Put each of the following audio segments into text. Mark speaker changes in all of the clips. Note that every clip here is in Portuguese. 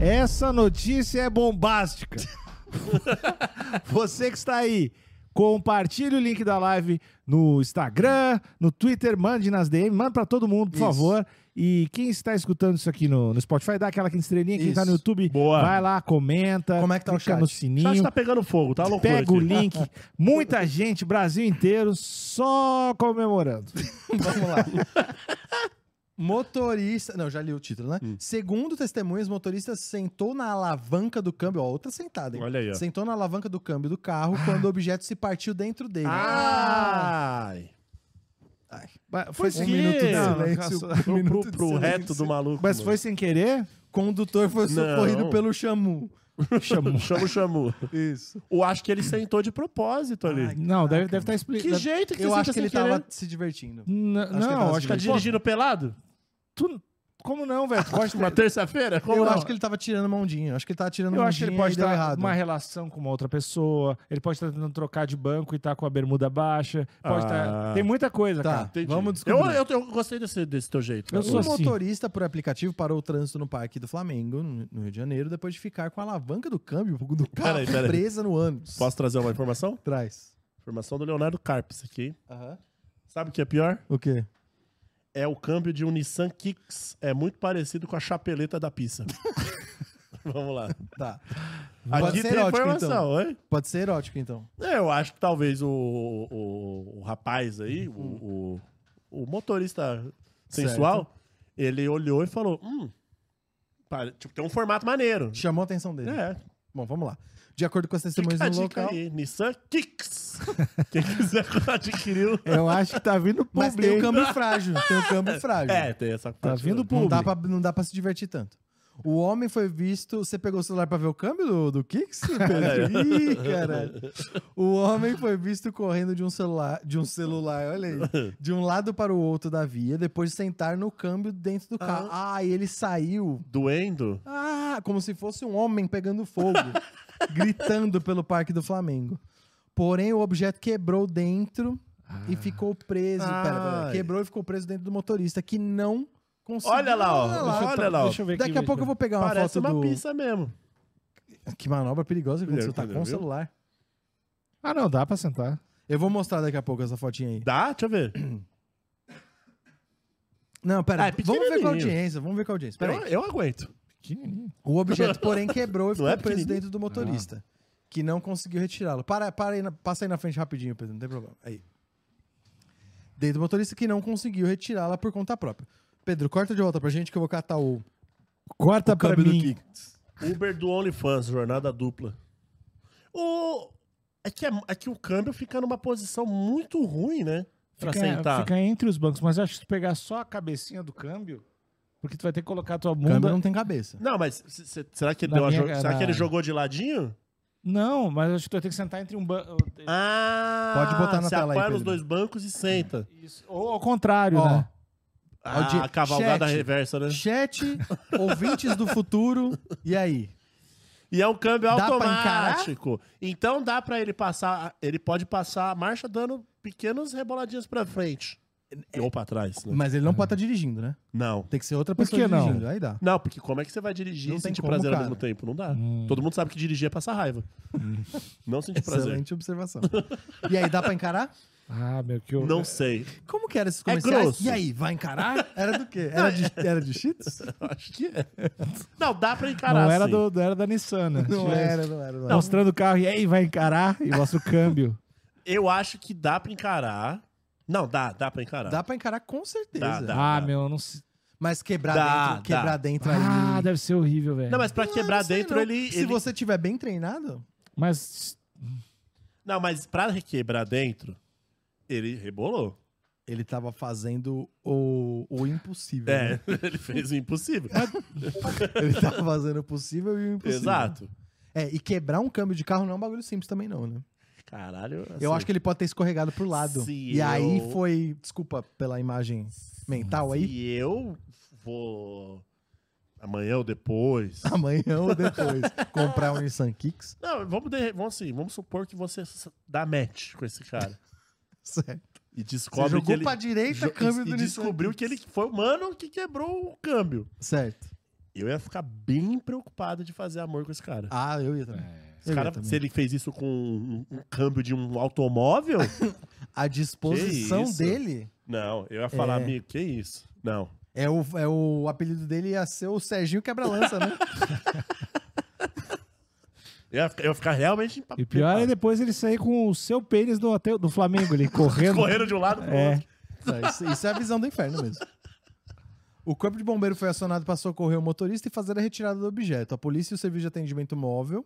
Speaker 1: Essa notícia é bombástica. Você que está aí, compartilhe o link da live no Instagram, no Twitter, mande nas DM, manda para todo mundo, por
Speaker 2: Isso.
Speaker 1: favor. E quem está escutando isso aqui no, no Spotify, dá aquela quinta estrelinha. Quem está
Speaker 2: Isso.
Speaker 1: no YouTube,
Speaker 3: Boa.
Speaker 1: vai lá, comenta.
Speaker 2: Como é que tá o
Speaker 1: clica
Speaker 2: chat?
Speaker 1: no
Speaker 3: O chat
Speaker 1: sininho.
Speaker 3: tá pegando fogo, tá loucura
Speaker 1: Pega
Speaker 3: aqui.
Speaker 1: o link. Muita gente, Brasil inteiro, só comemorando.
Speaker 2: Vamos lá. Motorista. Não, já li o título, né?
Speaker 3: Hum.
Speaker 2: Segundo testemunhas, motorista sentou na alavanca do câmbio. Ó, outra sentada, hein?
Speaker 3: Olha aí, ó. Ah.
Speaker 2: Sentou na alavanca do câmbio do carro quando o objeto se partiu dentro dele.
Speaker 3: Ai!
Speaker 1: Mas Foi
Speaker 3: Um minuto de
Speaker 2: silêncio, Um
Speaker 1: só-
Speaker 3: Pro, pro, pro
Speaker 2: silêncio.
Speaker 3: reto do maluco.
Speaker 1: Mas foi
Speaker 3: mano.
Speaker 1: sem querer?
Speaker 2: Condutor foi socorrido
Speaker 3: Não.
Speaker 2: pelo chamu.
Speaker 1: Chamou.
Speaker 3: Chama o chamu.
Speaker 2: Isso.
Speaker 3: Eu acho que ele sentou de propósito ali.
Speaker 2: Ai,
Speaker 1: Não, deve estar tá explicando.
Speaker 3: que jeito que
Speaker 2: Eu
Speaker 3: você
Speaker 2: acho que ele
Speaker 3: sem querer?
Speaker 2: tava se divertindo.
Speaker 1: N-
Speaker 2: que é ele
Speaker 1: não,
Speaker 2: tava
Speaker 1: acho que é
Speaker 3: Tá
Speaker 1: a dirigir.
Speaker 3: dirigindo pelado?
Speaker 1: Como não, velho? Tu pode
Speaker 2: é
Speaker 1: ter-
Speaker 3: Uma terça-feira? Como
Speaker 2: eu
Speaker 3: não?
Speaker 2: acho que ele tava tirando uma ondinha. Eu acho que ele tava tirando
Speaker 1: Eu
Speaker 2: uma
Speaker 1: acho que
Speaker 2: ondinha
Speaker 1: ele pode
Speaker 2: e deu
Speaker 1: estar
Speaker 2: errado.
Speaker 1: numa relação com uma outra pessoa. Ele pode estar tentando trocar de banco e estar com a bermuda baixa. Pode
Speaker 3: Ah.
Speaker 1: tá- Tem muita coisa,
Speaker 2: Tá,
Speaker 1: cara.
Speaker 3: Entendi.
Speaker 2: vamos
Speaker 3: eu,
Speaker 2: descobrir.
Speaker 3: eu, eu gostei desse, desse teu jeito.
Speaker 1: Eu
Speaker 3: cara.
Speaker 1: sou
Speaker 2: Um
Speaker 1: assim.
Speaker 2: motorista por aplicativo parou o trânsito no parque do Flamengo, no no Rio de Janeiro, depois de ficar com a alavanca do câmbio do carro
Speaker 3: Peraí, peraí.
Speaker 2: presa no ânus.
Speaker 3: Posso trazer uma informação?
Speaker 2: Traz.
Speaker 3: Informação do Leonardo Carpes aqui. Sabe o que é pior?
Speaker 2: O quê?
Speaker 3: É o câmbio de um Nissan Kicks. É muito parecido com a chapeleta da pizza. Vamos lá.
Speaker 2: Tá.
Speaker 3: Aqui tem
Speaker 2: então.
Speaker 3: informação, hein?
Speaker 2: Pode ser erótico, então.
Speaker 3: É, eu acho que talvez o, o, o rapaz aí, o, o, o motorista sensual, ele olhou e falou: hum, pare- tipo, tem um formato maneiro.
Speaker 2: Chamou a atenção dele.
Speaker 3: É,
Speaker 2: Bom, vamos lá. De acordo com as testemunhas
Speaker 3: fica a
Speaker 2: no
Speaker 3: dica
Speaker 2: um local.
Speaker 3: aí. Nissan Kicks. Quem quiser adquiriu.
Speaker 1: Eu acho que tá vindo pro
Speaker 2: Mas tem o câmbio frágil. Tem o câmbio frágil.
Speaker 3: um É, tem essa
Speaker 1: Tá vindo
Speaker 2: Não
Speaker 1: pro
Speaker 2: dá, pra, não dá pra se divertir tanto. O homem foi visto. Você pegou o celular pra ver o câmbio do, do Kix?
Speaker 3: É.
Speaker 2: Pedro? Ih, caralho. O homem foi visto correndo de um celular. De um celular, olha aí. De um lado para o outro da via, depois de sentar no câmbio dentro do carro. Ah, e ele saiu.
Speaker 3: Doendo.
Speaker 2: Ah, como se fosse um homem pegando fogo, gritando pelo Parque do Flamengo. Porém, o objeto quebrou dentro e ficou preso. Pera, pera, pera.
Speaker 3: Ah. Ai.
Speaker 2: Quebrou e ficou preso dentro do motorista, que não conseguiu.
Speaker 3: Olha lá, ó. Deixa eu- lá, ó.
Speaker 1: Deixa eu ver
Speaker 2: Daqui
Speaker 1: aqui,
Speaker 2: a pouco eu vou pegar uma
Speaker 3: Parece
Speaker 2: foto
Speaker 3: uma
Speaker 2: do...
Speaker 3: pizza mesmo.
Speaker 2: Que manobra perigosa que aconteceu. Tá
Speaker 3: Entendeu?
Speaker 2: com o celular.
Speaker 1: Ah, não, dá pra sentar.
Speaker 2: Eu vou mostrar daqui a pouco essa fotinha aí.
Speaker 3: Dá? Deixa eu ver.
Speaker 2: Não, pera.
Speaker 3: Ah, é
Speaker 2: vamos ver com a
Speaker 3: pequenininho.
Speaker 2: audiência. Vamos ver com a audiência. Pera aí.
Speaker 3: Eu, eu aguento.
Speaker 1: Pequenininho.
Speaker 2: O objeto, porém, quebrou e ficou
Speaker 3: Não é
Speaker 2: preso
Speaker 3: pequenininho?
Speaker 2: dentro do motorista, que não conseguiu retirá-lo. Para, para aí, na- passa aí na frente rapidinho, Pedro, não tem problema. Aí. Dentro do motorista que não conseguiu retirá-la por conta própria. Pedro, corta de volta pra gente que eu vou catar o,
Speaker 1: Corta
Speaker 2: o
Speaker 1: pra
Speaker 2: câmbio do
Speaker 1: mim.
Speaker 2: Kicks.
Speaker 3: Uber do OnlyFans, jornada dupla. O... É, que é, é que o câmbio fica numa posição muito ruim, né? Pra sentar.
Speaker 1: fica entre os bancos, mas eu acho que se tu pegar só a cabecinha do câmbio, porque tu vai ter que colocar a tua
Speaker 2: O câmbio
Speaker 1: bunda.
Speaker 2: não tem cabeça.
Speaker 3: Não, mas se- se- será, que ele
Speaker 1: Na
Speaker 3: deu a
Speaker 1: minha
Speaker 3: jo- será
Speaker 1: cara-
Speaker 3: que ele jogou de ladinho?
Speaker 1: Não, mas eu acho que tu vai ter que sentar entre um banco.
Speaker 3: Ah!
Speaker 2: Pode botar na
Speaker 3: você
Speaker 2: tela aí,
Speaker 3: apoia nos
Speaker 2: Pedro.
Speaker 3: dois bancos e senta.
Speaker 1: Ou ao contrário,
Speaker 2: Ó,
Speaker 1: né?
Speaker 3: Ah,
Speaker 2: Audi-
Speaker 3: a cavalgada
Speaker 2: chat.
Speaker 3: reversa, né?
Speaker 2: Chat, ouvintes do futuro, e aí?
Speaker 3: E é um câmbio
Speaker 2: Dá pra
Speaker 3: automático. Então dá pra ele passar. Ele pode passar a marcha dando pequenas reboladinhas pra frente. Ou pra trás, né?
Speaker 2: Mas ele não pode estar dirigindo, né?
Speaker 3: Não.
Speaker 2: Tem que ser outra
Speaker 1: Por
Speaker 2: pessoa
Speaker 1: que não?
Speaker 2: dirigindo. Aí dá.
Speaker 3: Não, porque como é que você vai dirigir
Speaker 2: Não
Speaker 3: e
Speaker 2: tem
Speaker 3: sentir
Speaker 2: como,
Speaker 3: prazer
Speaker 2: cara.
Speaker 3: ao mesmo tempo? Não dá.
Speaker 1: Hum.
Speaker 3: Todo mundo sabe que dirigir é passar raiva. Não sentir prazer.
Speaker 2: Excelente observação. E aí, dá pra encarar?
Speaker 1: Ah, meu, que eu.
Speaker 3: Não sei.
Speaker 2: Como que era esses
Speaker 3: É
Speaker 2: comerciais?
Speaker 3: grosso.
Speaker 2: E aí, vai encarar? Era do quê? Era de, era de Cheetos?
Speaker 3: Acho que é. Não, dá pra encarar.
Speaker 1: Não era,
Speaker 3: sim.
Speaker 1: do, era da Nissan, né?
Speaker 2: assim. Não era, não era, não era.
Speaker 1: Mostrando o carro e aí vai encarar e mostra o câmbio.
Speaker 3: Eu acho que dá pra encarar. Não, dá, dá pra encarar.
Speaker 2: Dá pra encarar com certeza.
Speaker 3: Dá, dá.
Speaker 1: ah, meu, eu não sei.
Speaker 2: Mas quebrar
Speaker 3: Dá,
Speaker 2: dentro, quebrar
Speaker 3: dá.
Speaker 2: dentro aí.
Speaker 1: Ah, deve ser horrível, velho.
Speaker 3: Não, mas pra
Speaker 2: Ah,
Speaker 3: quebrar
Speaker 2: não sei
Speaker 3: dentro,
Speaker 2: não.
Speaker 3: ele.
Speaker 2: Se
Speaker 3: ele-
Speaker 2: você tiver bem treinado,
Speaker 1: Mas
Speaker 3: Não, mas pra quebrar dentro, ele rebolou.
Speaker 2: ele tava fazendo o, o impossível.
Speaker 3: É,
Speaker 2: né?
Speaker 3: ele fez o impossível.
Speaker 2: Ele tava fazendo o possível e o é impossível.
Speaker 3: Exato.
Speaker 2: É, e quebrar um câmbio de carro não é um bagulho simples também, não, né?
Speaker 3: Caralho. assim,
Speaker 2: Eu acho que ele pode ter escorregado pro lado.
Speaker 3: Se
Speaker 2: e aí
Speaker 3: eu-
Speaker 2: foi. Desculpa pela imagem mental é aí.
Speaker 3: E eu vou. Amanhã ou depois.
Speaker 2: Amanhã ou depois. comprar um Nissan Kicks.
Speaker 3: Não, vamos, de- vamos assim, vamos supor que você s- dá match com esse cara.
Speaker 2: Certo.
Speaker 3: E
Speaker 2: Você
Speaker 3: descobre que
Speaker 2: jogou
Speaker 3: ele.
Speaker 2: pra direita
Speaker 3: jo-
Speaker 2: o câmbio
Speaker 3: e,
Speaker 2: do
Speaker 3: e
Speaker 2: Nissan.
Speaker 3: descobriu que ele foi o mano que quebrou o câmbio.
Speaker 2: Certo.
Speaker 3: Eu ia ficar bem preocupado de fazer amor com esse cara.
Speaker 2: Ah, eu ia também.
Speaker 3: Esse cara, se ele fez isso com um, um câmbio de um automóvel,
Speaker 2: A disposição
Speaker 3: Que isso?
Speaker 2: dele.
Speaker 3: não, eu ia falar,
Speaker 2: É.
Speaker 3: amigo, que isso? Não.
Speaker 2: É o, é o apelido dele ia ser o Serginho Quebra-Lança, né?
Speaker 3: Eu ia, ficar- eu ia ficar realmente empapado.
Speaker 1: E pior é depois ele sair com o seu pênis do, hotel, do Flamengo ali, correndo.
Speaker 3: Correndo de um lado pro
Speaker 1: É.
Speaker 3: outro.
Speaker 2: Não, isso, isso é a visão do inferno mesmo. O corpo de bombeiro foi acionado para socorrer o motorista e fazer a retirada do objeto. A polícia e o serviço de atendimento móvel,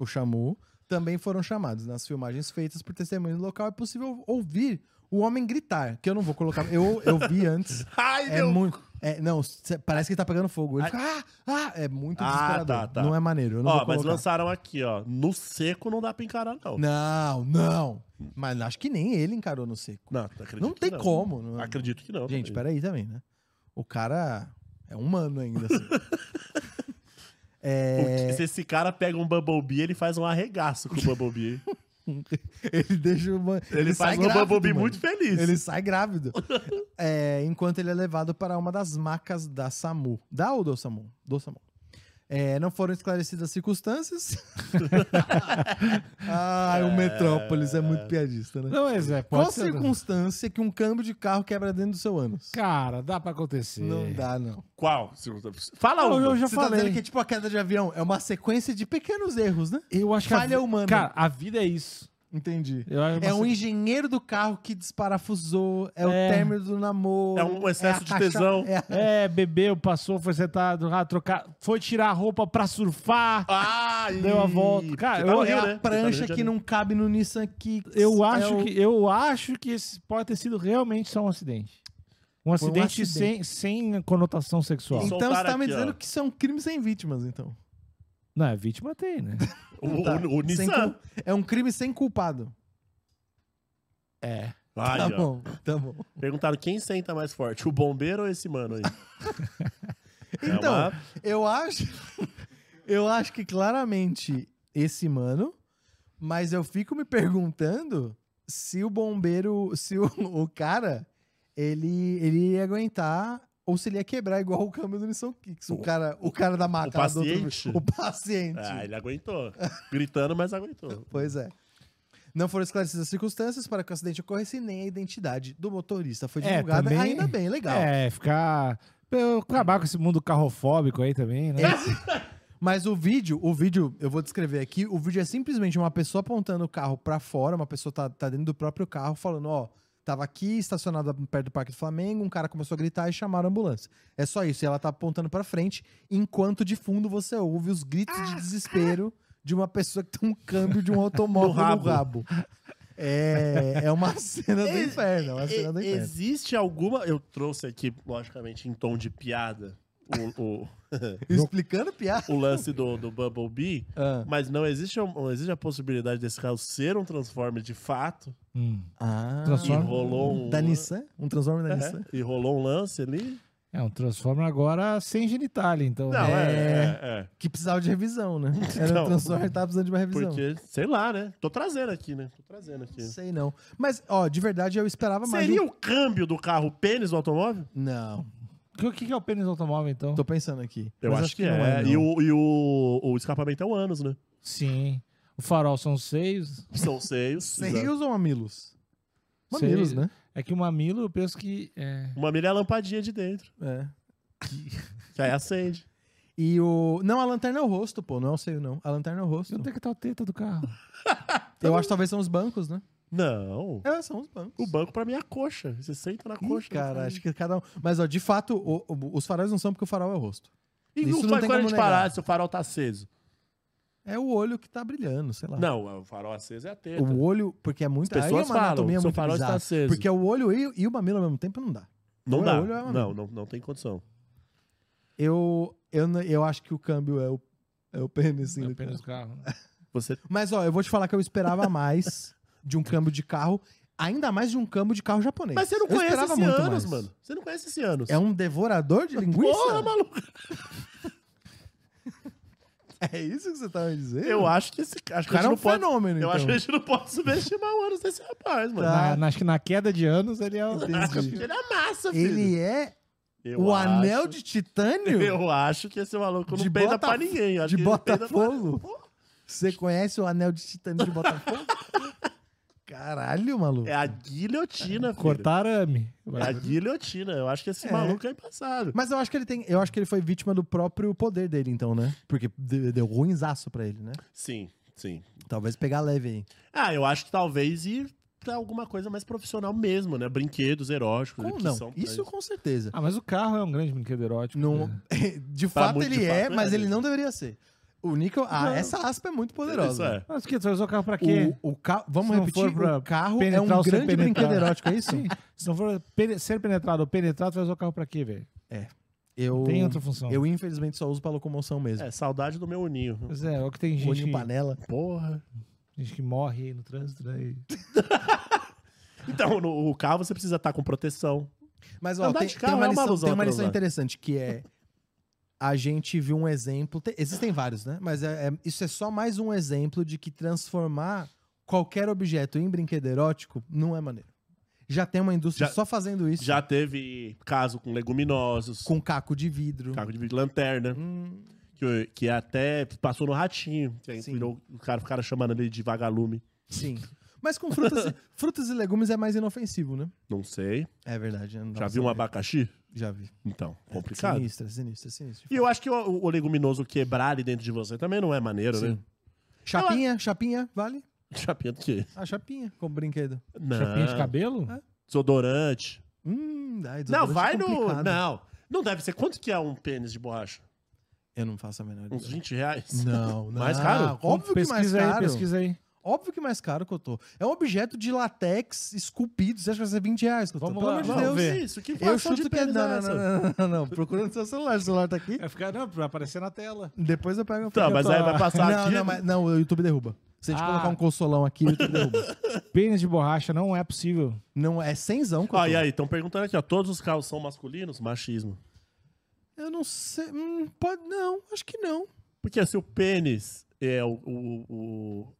Speaker 2: o chamu, também foram chamados. Nas filmagens feitas por testemunho no local é possível ouvir o homem gritar, que eu não vou colocar. Eu, eu vi antes.
Speaker 3: Ai,
Speaker 2: É
Speaker 3: meu
Speaker 2: muito. é, não, cê- parece que tá pegando fogo. Ele fica, ah, ah, é muito
Speaker 3: Ah,
Speaker 2: desesperador.
Speaker 3: tá, tá.
Speaker 2: Não é maneiro. Eu não
Speaker 3: Ó,
Speaker 2: vou
Speaker 3: mas
Speaker 2: colocar.
Speaker 3: lançaram aqui, ó. No seco não dá pra encarar, não.
Speaker 2: Não, não. Mas acho que nem ele encarou no seco.
Speaker 3: Não, acredito
Speaker 2: Não
Speaker 3: que
Speaker 2: tem como. Não, é.
Speaker 3: Acredito que não.
Speaker 2: Gente,
Speaker 3: também.
Speaker 2: peraí também, né? O cara é humano ainda. Assim.
Speaker 3: O
Speaker 2: É.
Speaker 3: que- Se esse cara pega um Bumblebee, ele faz um arregaço com o Bumblebee.
Speaker 2: ele deixa uma.
Speaker 3: ele, faz um Bumblebee muito feliz.
Speaker 2: Ele sai grávido. É, enquanto ele é levado para uma das macas da SAMU. Da ou do SAMU? Do SAMU. É, não foram esclarecidas as circunstâncias. Ai, o Metrópolis é muito piadista, né?
Speaker 1: Não, mas é, pode
Speaker 2: Qual
Speaker 1: ser.
Speaker 2: circunstância que um câmbio de carro quebra dentro do seu ânus?
Speaker 1: Cara, dá pra acontecer.
Speaker 2: Não dá, não.
Speaker 3: Qual? Fala
Speaker 1: Eu,
Speaker 3: um.
Speaker 1: eu já
Speaker 2: Você tá
Speaker 1: falei.
Speaker 2: dizendo que é tipo a queda de avião. É uma sequência de pequenos erros, né?
Speaker 1: Eu acho que a
Speaker 2: Falha
Speaker 1: vi-
Speaker 2: humana.
Speaker 1: Cara, a vida é isso.
Speaker 2: Entendi.
Speaker 1: Eu acho
Speaker 2: É um
Speaker 1: você-
Speaker 2: engenheiro do carro que desparafusou, é, o
Speaker 1: É.
Speaker 2: término do namoro.
Speaker 3: É um excesso
Speaker 2: a
Speaker 3: de
Speaker 2: cacha-
Speaker 3: tesão.
Speaker 2: É, a-
Speaker 1: É, bebeu, passou, foi sentado, ah, trocar, foi tirar a roupa pra surfar.
Speaker 3: Ah,
Speaker 1: Deu a volta.
Speaker 3: tá
Speaker 1: Cara, eu-
Speaker 2: é
Speaker 3: né?
Speaker 2: a prancha que não cabe no Nissan Kicks.
Speaker 1: Eu
Speaker 2: é
Speaker 1: acho
Speaker 2: o-
Speaker 1: que eu acho que esse pode ter sido realmente só um acidente. Um
Speaker 2: Foi um
Speaker 1: acidente,
Speaker 2: acidente.
Speaker 1: Sem, sem conotação sexual.
Speaker 3: Isso.
Speaker 2: Então você tá
Speaker 3: Soltaram
Speaker 2: me
Speaker 3: aqui,
Speaker 2: dizendo
Speaker 3: ó.
Speaker 2: que isso é um crime sem vítimas, então.
Speaker 1: Não, é vítima tem, né?
Speaker 3: O,
Speaker 2: Tá.
Speaker 3: o- o
Speaker 2: Sem
Speaker 3: Nissan.
Speaker 2: cul- É um crime sem culpado.
Speaker 1: É.
Speaker 3: Vai,
Speaker 2: tá
Speaker 3: ó.
Speaker 2: bom, tá bom.
Speaker 3: Perguntaram quem senta mais forte, o bombeiro ou esse mano aí? É
Speaker 2: Então,
Speaker 3: uma-
Speaker 2: eu acho. eu acho que claramente esse mano, mas eu fico me perguntando se o bombeiro. Se o, o cara. Ele, ele ia aguentar. Ou se ele ia quebrar igual o câmbio do Nissan Kicks. O cara, o cara da maca. lá do outro-
Speaker 3: paciente?
Speaker 2: o paciente.
Speaker 3: Ah, ele aguentou. Gritando, mas aguentou.
Speaker 2: Pois é. Não foram esclarecidas as circunstâncias para que o acidente ocorresse, nem a identidade do motorista foi
Speaker 1: É,
Speaker 2: divulgada.
Speaker 1: também-
Speaker 2: Ainda bem, legal.
Speaker 1: É, ficar eu acabar com esse mundo carrofóbico aí também, né?
Speaker 2: Mas o vídeo, o vídeo, eu vou descrever aqui, o vídeo é simplesmente uma pessoa apontando o carro pra fora, uma pessoa tá, tá dentro do próprio carro falando, ó, tava aqui estacionada perto do Parque do Flamengo, um cara começou a gritar e chamaram a ambulância. É só isso, e ela tá apontando pra frente, enquanto de fundo você ouve os gritos de desespero de uma pessoa que tem um câmbio de um automóvel no
Speaker 3: No
Speaker 2: rabo.
Speaker 3: rabo.
Speaker 2: É, é uma cena do inferno, é uma cena do
Speaker 3: E-
Speaker 2: inferno.
Speaker 3: existe alguma. Eu trouxe aqui, logicamente, em tom de piada, o, o-
Speaker 2: Explicando piada.
Speaker 3: o lance do, do Bumblebee,
Speaker 2: Ah.
Speaker 3: mas não existe, um, não existe a possibilidade desse carro ser um Transformer de fato.
Speaker 1: Hum.
Speaker 2: Ah,
Speaker 3: E
Speaker 1: Transforma.
Speaker 3: rolou um.
Speaker 2: da Nissan? Um Transformer da Nissan?
Speaker 3: É, e rolou um lance ali.
Speaker 1: É um Transformer agora sem genitália, então.
Speaker 3: Não,
Speaker 1: né?
Speaker 3: é.
Speaker 2: É.
Speaker 3: é, é.
Speaker 2: Que precisava de revisão, né? Era
Speaker 3: Então.
Speaker 2: um transtorno que tava precisando de uma revisão.
Speaker 3: Porque, sei lá, né? Tô trazendo aqui, né? Tô trazendo aqui.
Speaker 2: Sei não. Mas, ó, de verdade eu esperava mais.
Speaker 3: Seria
Speaker 2: um-
Speaker 3: o câmbio do carro pênis do automóvel?
Speaker 2: Não,
Speaker 1: Que- O que que é o pênis do automóvel, então?
Speaker 2: tô pensando aqui.
Speaker 3: Eu
Speaker 2: Mas
Speaker 3: acho, que, é.
Speaker 2: não
Speaker 3: E, o, e o, o escapamento é o ânus, né?
Speaker 1: Sim. O farol são seis.
Speaker 3: São seios. exato.
Speaker 2: Seios ou mamilos? Mamilos,
Speaker 1: Seis.
Speaker 2: né?
Speaker 1: É que o mamilo, eu penso que. É...
Speaker 3: Uma milha é a lampadinha de dentro,
Speaker 2: É.
Speaker 3: que aí acende.
Speaker 2: E o... Não, a lanterna é o rosto, pô. Não é o seio, não. A lanterna é o rosto.
Speaker 1: Onde é que tá o teta do carro?
Speaker 2: Eu acho que talvez são os bancos, né?
Speaker 3: Não.
Speaker 2: É, são os bancos.
Speaker 3: O banco é pra mim é a coxa. Você senta na
Speaker 2: Ih,
Speaker 3: coxa.
Speaker 2: cara,
Speaker 3: faz.
Speaker 2: acho que cada um... Mas, ó, de fato, o- o- os faróis não são porque o farol é o rosto.
Speaker 3: E
Speaker 2: isso
Speaker 3: não
Speaker 2: não
Speaker 3: faz
Speaker 2: tem
Speaker 3: quando a
Speaker 2: como
Speaker 3: gente
Speaker 2: negar.
Speaker 3: parar se o farol tá aceso.
Speaker 2: É o olho que tá brilhando, sei lá.
Speaker 3: Não, o farol aceso é a teta.
Speaker 2: O olho, porque é muito...
Speaker 3: As
Speaker 2: Aí é
Speaker 3: pessoas
Speaker 2: uma anatomia
Speaker 3: falam, tá seu
Speaker 2: muito
Speaker 3: farol está
Speaker 2: bizarra.
Speaker 3: aceso.
Speaker 2: Porque é o olho e, e o mamilo ao mesmo tempo não dá.
Speaker 3: não
Speaker 2: o
Speaker 3: dá.
Speaker 2: olho é uma-
Speaker 3: não, não, não tem condição.
Speaker 2: Eu, eu, n- eu acho que o câmbio é o, é o pênis. sim,
Speaker 1: É o
Speaker 2: do
Speaker 1: pênis
Speaker 2: cara.
Speaker 1: do carro.
Speaker 3: Você
Speaker 2: Mas, ó, eu vou te falar que eu esperava mais. de um câmbio de carro, ainda mais de um câmbio de carro japonês.
Speaker 3: Mas você não
Speaker 2: Eu
Speaker 3: conhece
Speaker 2: esperava
Speaker 3: esse
Speaker 2: muito
Speaker 3: anos,
Speaker 2: mais.
Speaker 3: mano. Você não conhece esse anos.
Speaker 2: É um devorador de linguiça?
Speaker 3: Porra, maluco.
Speaker 2: É isso que você tá me dizendo?
Speaker 3: Eu acho que esse acho que a
Speaker 2: cara
Speaker 3: gente
Speaker 2: é um
Speaker 3: não pode.
Speaker 2: fenômeno,
Speaker 3: Eu
Speaker 2: então.
Speaker 3: acho que é a gente não pode subestimar o anos desse rapaz, mano.
Speaker 2: Tá.
Speaker 3: Tá.
Speaker 2: Ah.
Speaker 1: Na- na- acho que na queda de anos ele é o.
Speaker 2: Entendi.
Speaker 3: Ele amassa, filho.
Speaker 2: Ele é
Speaker 3: Eu
Speaker 2: o
Speaker 3: acho-
Speaker 2: anel de titânio?
Speaker 3: Eu acho que esse maluco
Speaker 2: De
Speaker 3: não peida
Speaker 2: Bota-
Speaker 3: pra ninguém. eu acho
Speaker 2: de
Speaker 3: que ele tá- peida pra-
Speaker 2: Botafogo?
Speaker 3: Pô,
Speaker 2: Você conhece o anel de titânio de Botafogo? Caralho, maluco.
Speaker 3: É a
Speaker 2: Tá.
Speaker 3: guilhotina, filho.
Speaker 1: Cortar arame.
Speaker 3: É a guilhotina. Eu acho que esse maluco é embaçado.
Speaker 2: Mas eu acho que ele tem. Eu acho que ele foi vítima do próprio poder dele, então, né? Porque de- deu ruinzaço pra ele, né?
Speaker 3: Sim, sim.
Speaker 2: Talvez pegar leve aí.
Speaker 3: Ah, eu acho que talvez ir pra alguma coisa mais profissional mesmo, né? Brinquedos eróticos.
Speaker 2: Como
Speaker 3: que
Speaker 2: não?
Speaker 3: são pra Tipo,
Speaker 2: Isso é com certeza.
Speaker 1: Ah, mas o carro é um grande brinquedo erótico. né?
Speaker 2: Não, eh, de
Speaker 3: é. Pra
Speaker 2: fato
Speaker 3: muito
Speaker 2: ele
Speaker 3: de
Speaker 2: é,
Speaker 3: fato,
Speaker 2: mas
Speaker 3: é.
Speaker 2: ele não deveria ser. O Nickel. Ah, essa aspa é muito poderosa.
Speaker 3: Isso é.
Speaker 1: Mas o que? Tu vai usar o carro pra quê?
Speaker 2: O, o ca... Vamos
Speaker 1: Se não
Speaker 2: repetir,
Speaker 1: for pra
Speaker 2: o carro é
Speaker 1: penetrar
Speaker 2: um
Speaker 1: ou ser
Speaker 2: grande
Speaker 1: penetrado.
Speaker 2: brinquedo erótico, é isso?
Speaker 1: Sim. Se não for pene- ser penetrado ou penetrado, tu vai usar o carro pra quê, velho?
Speaker 2: Eu,
Speaker 1: Tem outra função.
Speaker 2: eu infelizmente só uso pra locomoção mesmo.
Speaker 3: É, saudade do meu uninho.
Speaker 1: Pois é, é o que tem gente,
Speaker 2: Olhinho panela.
Speaker 3: Porra.
Speaker 1: gente que morre aí no trânsito, né? E-
Speaker 3: Então, no, o carro você precisa estar com proteção.
Speaker 2: Mas ó,
Speaker 3: Andar
Speaker 2: tem,
Speaker 3: de carro
Speaker 2: tem uma,
Speaker 3: é uma
Speaker 2: lição,
Speaker 3: ilusão
Speaker 2: tem uma lição
Speaker 3: transar.
Speaker 2: interessante que é a gente viu um exemplo. te- existem vários, né? Mas é- é- isso é só mais um exemplo de que transformar qualquer objeto em brinquedo erótico não é maneiro. Já tem uma indústria
Speaker 3: Já-
Speaker 2: só fazendo isso
Speaker 3: Já teve caso com leguminosos,
Speaker 2: com caco de vidro.
Speaker 3: carro de lanterna,
Speaker 2: Hum,
Speaker 3: que, que até passou no ratinho. Que aí
Speaker 2: Sim.
Speaker 3: virou, o cara ficaram chamando ele de vagalume.
Speaker 2: sim. Mas com frutas, e- frutas e legumes é mais inofensivo, né?
Speaker 3: Não sei.
Speaker 2: É verdade. não É, dá
Speaker 3: Já
Speaker 2: pra
Speaker 3: viu um
Speaker 2: saber.
Speaker 3: abacaxi?
Speaker 2: Já vi.
Speaker 3: Então, complicado.
Speaker 2: Sinistra, sinistra, sinistra.
Speaker 3: E eu acho que o, o leguminoso quebrar ali dentro de você também não é maneiro, né?
Speaker 2: Sim. Chapinha, chapinha, vale?
Speaker 3: Chapinha do quê?
Speaker 2: A chapinha, como brinquedo.
Speaker 3: Não.
Speaker 1: Chapinha de cabelo?
Speaker 3: Desodorante.
Speaker 2: Hum, dá,
Speaker 3: Não,
Speaker 2: desodorante é
Speaker 3: vai no.
Speaker 2: complicado.
Speaker 3: Não. Não deve ser. Quanto que é um pênis de borracha?
Speaker 2: Eu não faço a menor ideia.
Speaker 3: Uns 20 reais?
Speaker 2: Não, não.
Speaker 3: Mais caro?
Speaker 2: Ah, Óbvio que mais
Speaker 1: pesquisa aí,
Speaker 2: caro.
Speaker 1: pesquisa aí.
Speaker 2: Óbvio que mais caro que eu tô. É um objeto de latex esculpido. Você acha que vai ser 20 reais? Cotô?
Speaker 1: Vamos
Speaker 2: Pelo
Speaker 1: lá,
Speaker 2: amor de
Speaker 1: vamos
Speaker 2: Deus.
Speaker 1: ver.
Speaker 3: Isso, que
Speaker 2: Eu
Speaker 3: inflação de
Speaker 2: chuto que é.
Speaker 3: pênis
Speaker 2: Não,
Speaker 3: é
Speaker 2: não,
Speaker 3: essa?
Speaker 2: não, não, não, não, não. Procura no seu celular. O celular tá aqui.
Speaker 1: Vai ficar, não, pra aparecer na tela.
Speaker 2: Depois eu pego a
Speaker 3: Tá,
Speaker 2: foto.
Speaker 3: mas aí vai passar
Speaker 2: Não,
Speaker 3: aqui.
Speaker 2: não, mas- não, o YouTube derruba. Se a gente
Speaker 1: Ah.
Speaker 2: colocar um consolão aqui, o YouTube derruba.
Speaker 1: Pênis de borracha não é possível.
Speaker 2: Não, é senzão, Cotô.
Speaker 3: Ó, Ah, e aí, estão perguntando aqui, ó. Todos os carros são masculinos? Machismo.
Speaker 2: Eu não sei. Hum, pode... Não, acho que não.
Speaker 3: Porque se o pênis é o. o- o-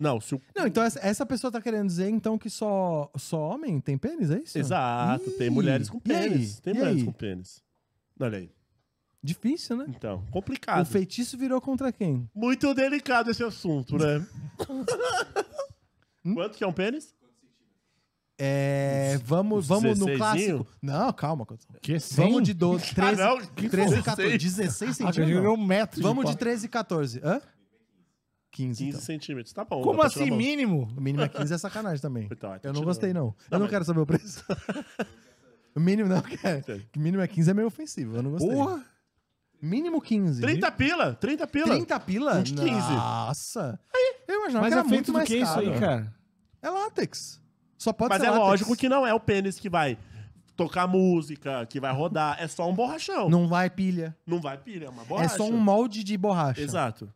Speaker 3: Não, se o.
Speaker 2: Não, então essa, essa pessoa tá querendo dizer, então, que só, só homem tem pênis, é isso?
Speaker 3: Exato,
Speaker 2: Ih,
Speaker 3: tem mulheres com
Speaker 2: e aí?
Speaker 3: pênis. Tem
Speaker 2: E
Speaker 3: mulheres
Speaker 2: aí?
Speaker 3: com pênis. Olha aí.
Speaker 2: Difícil, né?
Speaker 3: Então,
Speaker 2: O
Speaker 3: complicado.
Speaker 2: feitiço virou contra quem?
Speaker 3: Muito delicado esse assunto, né? Quanto que é um pênis?
Speaker 2: É. Vamos,
Speaker 3: Os
Speaker 2: vamos no
Speaker 3: 16zinho?
Speaker 2: clássico. Não, calma, Cotão.
Speaker 1: Que
Speaker 2: Vamos de 12, 13,
Speaker 3: Ah, não, que
Speaker 2: 13
Speaker 3: 16.
Speaker 2: 14. 16
Speaker 1: Ah, eu
Speaker 2: centímetros.
Speaker 1: joguei
Speaker 2: não.
Speaker 1: um metro
Speaker 2: Vamos de
Speaker 1: borracha.
Speaker 2: 13 e 14. Hã? 15.
Speaker 3: 15
Speaker 2: Então.
Speaker 3: centímetros. Tá bom.
Speaker 1: Como
Speaker 3: dá pra tirar
Speaker 1: assim,
Speaker 3: uma-
Speaker 1: mínimo?
Speaker 2: O mínimo é 15 é sacanagem também.
Speaker 3: Então, então
Speaker 2: Eu não
Speaker 3: tira-
Speaker 2: gostei, não. Eu não
Speaker 3: mas-
Speaker 2: quero saber o preço. O mínimo não, cara.
Speaker 3: Entendi.
Speaker 2: O mínimo é 15 é meio ofensivo. Eu não gostei.
Speaker 1: Porra!
Speaker 2: Mínimo 15.
Speaker 3: 30 pila! 30 pila!
Speaker 2: 30 pila?
Speaker 3: Uns 15.
Speaker 2: Nossa. Eu imaginava
Speaker 1: Mas é
Speaker 2: que
Speaker 1: feito
Speaker 2: era muito
Speaker 1: do
Speaker 2: mais
Speaker 1: que isso
Speaker 2: caro.
Speaker 1: aí, cara?
Speaker 2: É látex. Só pode
Speaker 3: Mas
Speaker 2: ser
Speaker 3: é
Speaker 2: látex.
Speaker 3: lógico que não é o pênis que vai tocar música, que vai rodar. É só um borrachão. Não,
Speaker 2: Não vai pilha.
Speaker 3: vai pilha, é uma borracha.
Speaker 2: É só um molde de borracha.
Speaker 3: Exato.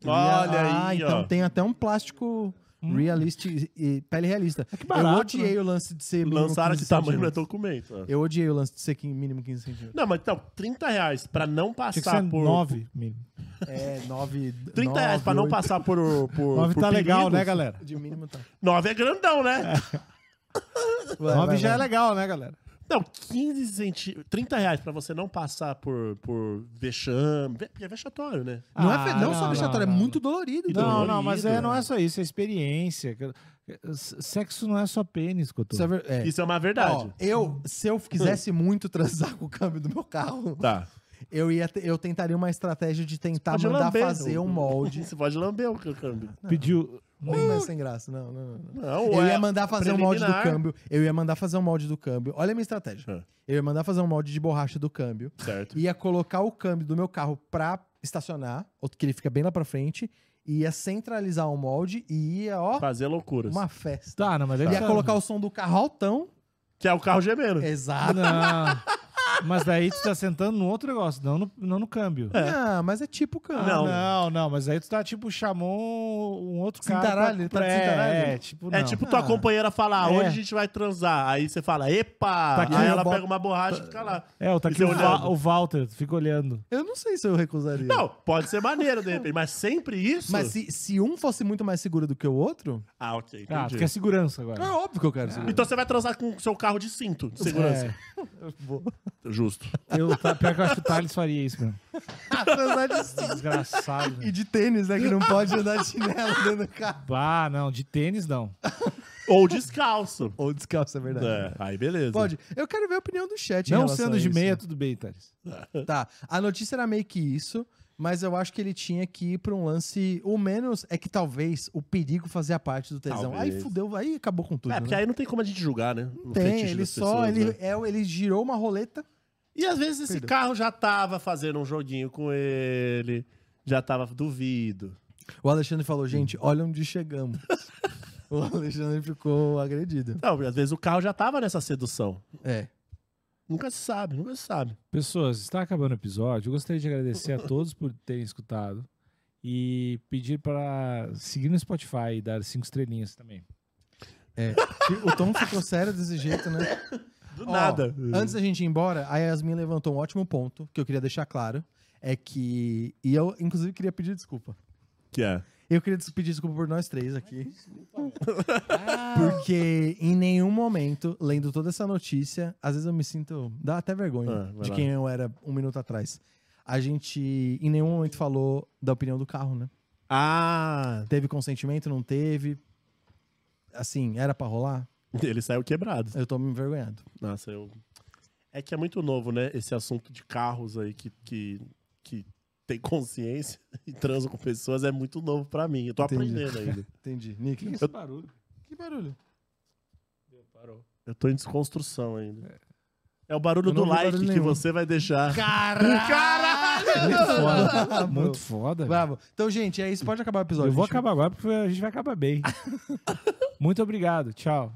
Speaker 2: Ele-
Speaker 3: Olha
Speaker 2: ah,
Speaker 3: aí,
Speaker 2: então
Speaker 3: ó. Hum.
Speaker 2: tem até um plástico realista e- e pele realista.
Speaker 3: É
Speaker 1: que barato,
Speaker 2: eu odiei o lance de ser mínimo
Speaker 3: né? Lançaram
Speaker 2: 15
Speaker 3: esse tamanho no
Speaker 2: centímetros.
Speaker 3: documento. ó.
Speaker 2: um Eu odiei o lance de ser quin- mínimo 15 centímetros.
Speaker 3: Não, mas então, 30 reais pra não
Speaker 1: Tinha que
Speaker 3: passar
Speaker 1: ser
Speaker 3: por...
Speaker 1: 9 mínimo.
Speaker 2: É, 9...
Speaker 3: 30 reais pra não passar por... por
Speaker 1: 9
Speaker 3: por
Speaker 1: tá legal,
Speaker 3: perigos.
Speaker 1: né, galera?
Speaker 2: De mínimo tá.
Speaker 3: 9 é grandão, né?
Speaker 1: 9 já é legal, né, galera?
Speaker 3: Não, 15 centímetros. 30 reais pra você não passar por, por vexame. ve- Porque é vexatório, né?
Speaker 2: Não, é,
Speaker 1: Ah,
Speaker 2: fe- não, só
Speaker 1: não,
Speaker 2: vexatório,
Speaker 1: não,
Speaker 2: é
Speaker 1: não.
Speaker 2: muito dolorido.
Speaker 3: Não,
Speaker 1: Não,
Speaker 2: dolorido.
Speaker 1: não, mas é,
Speaker 3: dolorido,
Speaker 1: não é
Speaker 3: né?
Speaker 1: só isso, é experiência. Sexo não é só pênis, Cotô.
Speaker 2: Isso é ver- é.
Speaker 3: Isso é uma verdade.
Speaker 2: Ó, eu, se eu quisesse muito transar com o câmbio do meu carro,
Speaker 3: Tá.
Speaker 2: eu, ia te- eu tentaria uma estratégia de tentar
Speaker 3: Pode
Speaker 2: mandar
Speaker 3: lamber né?
Speaker 2: fazer
Speaker 3: o-
Speaker 2: um molde.
Speaker 3: Você pode lamber o câmbio.
Speaker 1: Pediu.
Speaker 2: Bem mais sem graça, não, não, não. não.
Speaker 3: Não,
Speaker 2: Eu
Speaker 3: é
Speaker 2: ia mandar fazer um molde do
Speaker 3: preliminar.
Speaker 2: câmbio. Eu ia mandar fazer um molde do câmbio. Olha a minha estratégia.
Speaker 3: Ah.
Speaker 2: Eu ia mandar fazer um molde de borracha do câmbio.
Speaker 3: Certo.
Speaker 2: Ia colocar o câmbio do meu carro pra estacionar, ou que ele fica bem lá pra frente. Ia centralizar o molde e ia, ó,
Speaker 3: Fazer loucuras.
Speaker 2: uma festa.
Speaker 1: Tá, não, mas aí
Speaker 2: Ia
Speaker 1: tá-
Speaker 2: colocar o som do carro altão.
Speaker 3: Que é o carro gemendo.
Speaker 2: Exato.
Speaker 1: Ah, Não. Mas daí tu tá sentando num outro negócio, não no, não no câmbio. Ah,
Speaker 2: Ah, mas é tipo câmbio.
Speaker 3: Não.
Speaker 1: Não, não, mas aí tu tá tipo, chamou um outro cara.
Speaker 2: Cintaralho,
Speaker 1: pra-
Speaker 2: ele tá de
Speaker 1: pra-
Speaker 2: cintaralho.
Speaker 1: É, tipo, não.
Speaker 3: É tipo tua
Speaker 2: Ah.
Speaker 3: companheira falar,
Speaker 1: É.
Speaker 3: hoje a gente vai transar. Aí você fala, epa!
Speaker 1: Tá aqui,
Speaker 3: aí
Speaker 1: eu
Speaker 3: ela
Speaker 2: boto-
Speaker 3: pega uma borracha e fica lá.
Speaker 1: É, tá aqui
Speaker 3: Fica
Speaker 1: o, Va-
Speaker 3: olhando.
Speaker 1: o Walter, fica olhando.
Speaker 2: Eu não sei se eu recusaria.
Speaker 3: Não, pode ser maneiro, de repente, mas sempre isso?
Speaker 2: Mas se, se um fosse muito mais seguro do que o outro,
Speaker 3: Ah, ok,
Speaker 1: Ah, tu
Speaker 3: entendi.
Speaker 1: quer segurança agora.
Speaker 2: é óbvio que eu quero seguro.
Speaker 3: Então você vai transar com o seu carro de cinto, de segurança.
Speaker 2: É.
Speaker 3: Justo.
Speaker 1: Eu, tá, pior que eu acho que o Thales faria isso, mano.
Speaker 2: Apesar de-
Speaker 1: Desgraçado. né?
Speaker 2: tá- E de tênis, né? Que não pode andar de chinelo dentro do carro.
Speaker 1: Ah, não, de tênis não.
Speaker 3: Ou descalço.
Speaker 2: Ou descalço, é verdade.
Speaker 3: É, aí beleza.
Speaker 2: Pode. Eu quero ver a opinião do chat. em
Speaker 1: não
Speaker 2: relação
Speaker 1: sendo
Speaker 2: a
Speaker 1: de
Speaker 2: isso.
Speaker 1: meia, tudo bem, Thales.
Speaker 2: Tá. A notícia era meio que isso, mas eu acho que ele tinha que ir pra um lance. O menos é que talvez o perigo fazia parte do tesão.
Speaker 3: Talvez.
Speaker 2: Aí fudeu, aí acabou com tudo.
Speaker 3: É, porque
Speaker 2: né?
Speaker 3: aí não tem como a gente julgar, né? O
Speaker 2: Tem,
Speaker 3: fetiche
Speaker 2: ele
Speaker 3: das
Speaker 2: só.
Speaker 3: pessoas,
Speaker 2: ele,
Speaker 3: né?
Speaker 2: é, ele girou uma roleta.
Speaker 3: E às vezes esse
Speaker 2: Perdão.
Speaker 3: carro já tava fazendo um joguinho com ele, já tava duvido.
Speaker 2: O Alexandre falou, gente,
Speaker 3: Hum.
Speaker 2: olha onde chegamos. o Alexandre ficou agredido.
Speaker 3: Não, às vezes o carro já tava nessa sedução.
Speaker 2: É.
Speaker 3: Nunca se sabe, nunca se sabe.
Speaker 1: Pessoas, está acabando o episódio. Eu gostaria de agradecer a todos por terem escutado e pedir para seguir no Spotify e dar cinco estrelinhas também.
Speaker 2: O Tom ficou sério desse jeito, né?
Speaker 3: Do
Speaker 2: Ó,
Speaker 3: nada.
Speaker 2: Antes da gente ir embora, a Yasmin levantou um ótimo ponto que eu queria deixar claro. É que. E eu, inclusive, queria pedir desculpa.
Speaker 3: Que é.
Speaker 2: Eu queria des- pedir desculpa por nós três aqui.
Speaker 1: Ah,
Speaker 2: Porque em nenhum momento, lendo toda essa notícia, às vezes eu me sinto. dá até vergonha
Speaker 3: Ah, vai
Speaker 2: de
Speaker 3: lá.
Speaker 2: quem eu era um minuto atrás. A gente em nenhum momento falou da opinião do carro, né?
Speaker 3: Ah,
Speaker 2: Teve consentimento, não teve. Assim, era pra rolar?
Speaker 3: ele saiu quebrado.
Speaker 2: Eu tô me envergonhado.
Speaker 3: Nossa, eu. É que é muito novo, né? Esse assunto de carros aí que, que, que tem consciência e transa com pessoas é muito novo pra mim. Eu tô
Speaker 2: Entendi.
Speaker 3: aprendendo ainda.
Speaker 2: Entendi.
Speaker 1: que é
Speaker 2: Nick.
Speaker 1: esse barulho?
Speaker 2: Que barulho?
Speaker 1: Parou.
Speaker 3: Eu tô em desconstrução ainda. É o barulho
Speaker 2: Eu não
Speaker 3: do
Speaker 2: ouvi
Speaker 3: like
Speaker 2: barulho
Speaker 3: que
Speaker 2: nenhum.
Speaker 3: você vai deixar.
Speaker 1: Muito foda. Muito foda. velho.
Speaker 2: Bravo. Então, gente, é isso. Pode acabar o episódio.
Speaker 1: Eu vou
Speaker 2: A gente-
Speaker 1: acabar agora porque a gente vai acabar bem. Muito obrigado. Tchau.